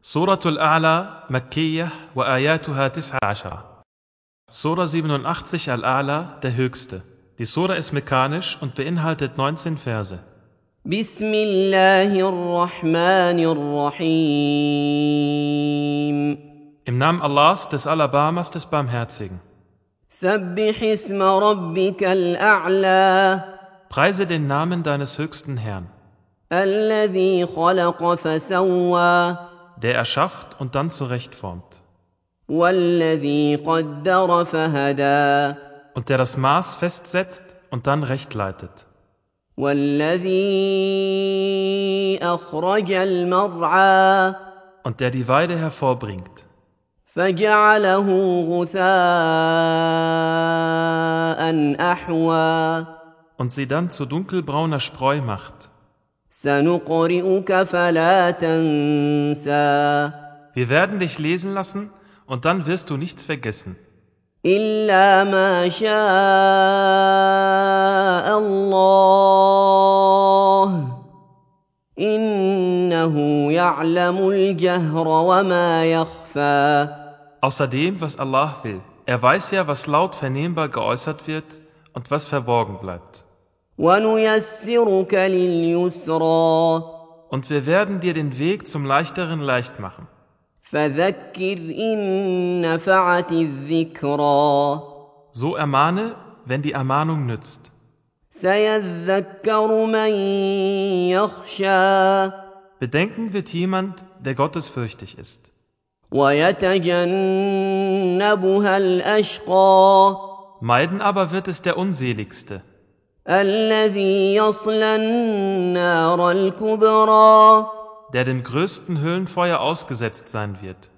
Surah Al-A'la, Makkiyah, wa ayatuha tis'a Surah 87 Al-A'la, der Höchste. Die Surah ist mekanisch und beinhaltet 19 Verse. بسم الله الرحمن الرحيم Im Namen Allahs, des Alabamas, des Barmherzigen. سبح اسم ربك الأعلى Preise den Namen deines höchsten Herrn, الذي خلق فسوى der erschafft und dann zurechtformt والذي قدر فهدى und der das Maß festsetzt und dann recht leitet والذي أخرج المرعى und der die Weide hervorbringt فجعله غثاء أحوى und sie dann zu dunkelbrauner Spreu macht. سنقرئك فلا تنسى Wir werden dich lesen lassen und dann wirst du nichts vergessen, إلا ما شاء الله إنه يعلم الجهر وما يخفى außer dem, was Allah will. Er weiß ja, was laut vernehmbar geäußert wird und was verborgen bleibt. ونيسرك لليسرى Und wir werden dir den Weg zum Leichteren leicht machen. فذكر إن نفعت الذكرى So ermahne, wenn die Ermahnung nützt. سيذكر من يخشى Bedenken wird jemand, der gottesfürchtig ist ويتجنبها الأشقى Meiden aber wird es der Unseligste, الذي يصلى النار الكبرى der dem größten Höhlenfeuer ausgesetzt sein wird.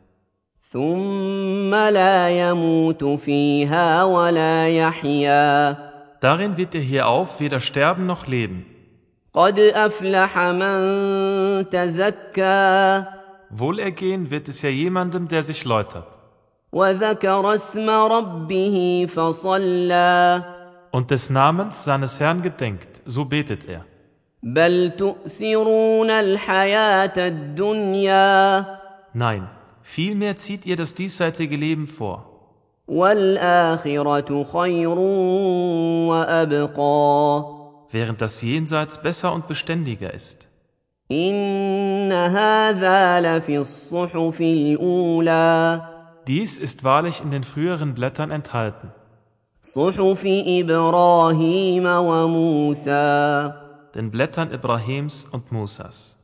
ثم لا يموت فيها ولا يحيا Darin wird er hierauf weder sterben noch leben. قد أفلح من تزكى Wohlergehen wird es ja jemandem, der sich läutert وذكر اسم ربه فصلى und des Namens seines Herrn gedenkt, so betet er. بل تؤثرون الحياة الدنيا Nein, vielmehr zieht ihr das diesseitige Leben vor والآخرة خير وأبقى während das Jenseits besser und beständiger ist. إن هذا لفي الصحف الأولى Dies ist wahrlich in den früheren Blättern enthalten, صحف إبراهيم وموسى den Blättern Ibrahims und Musas.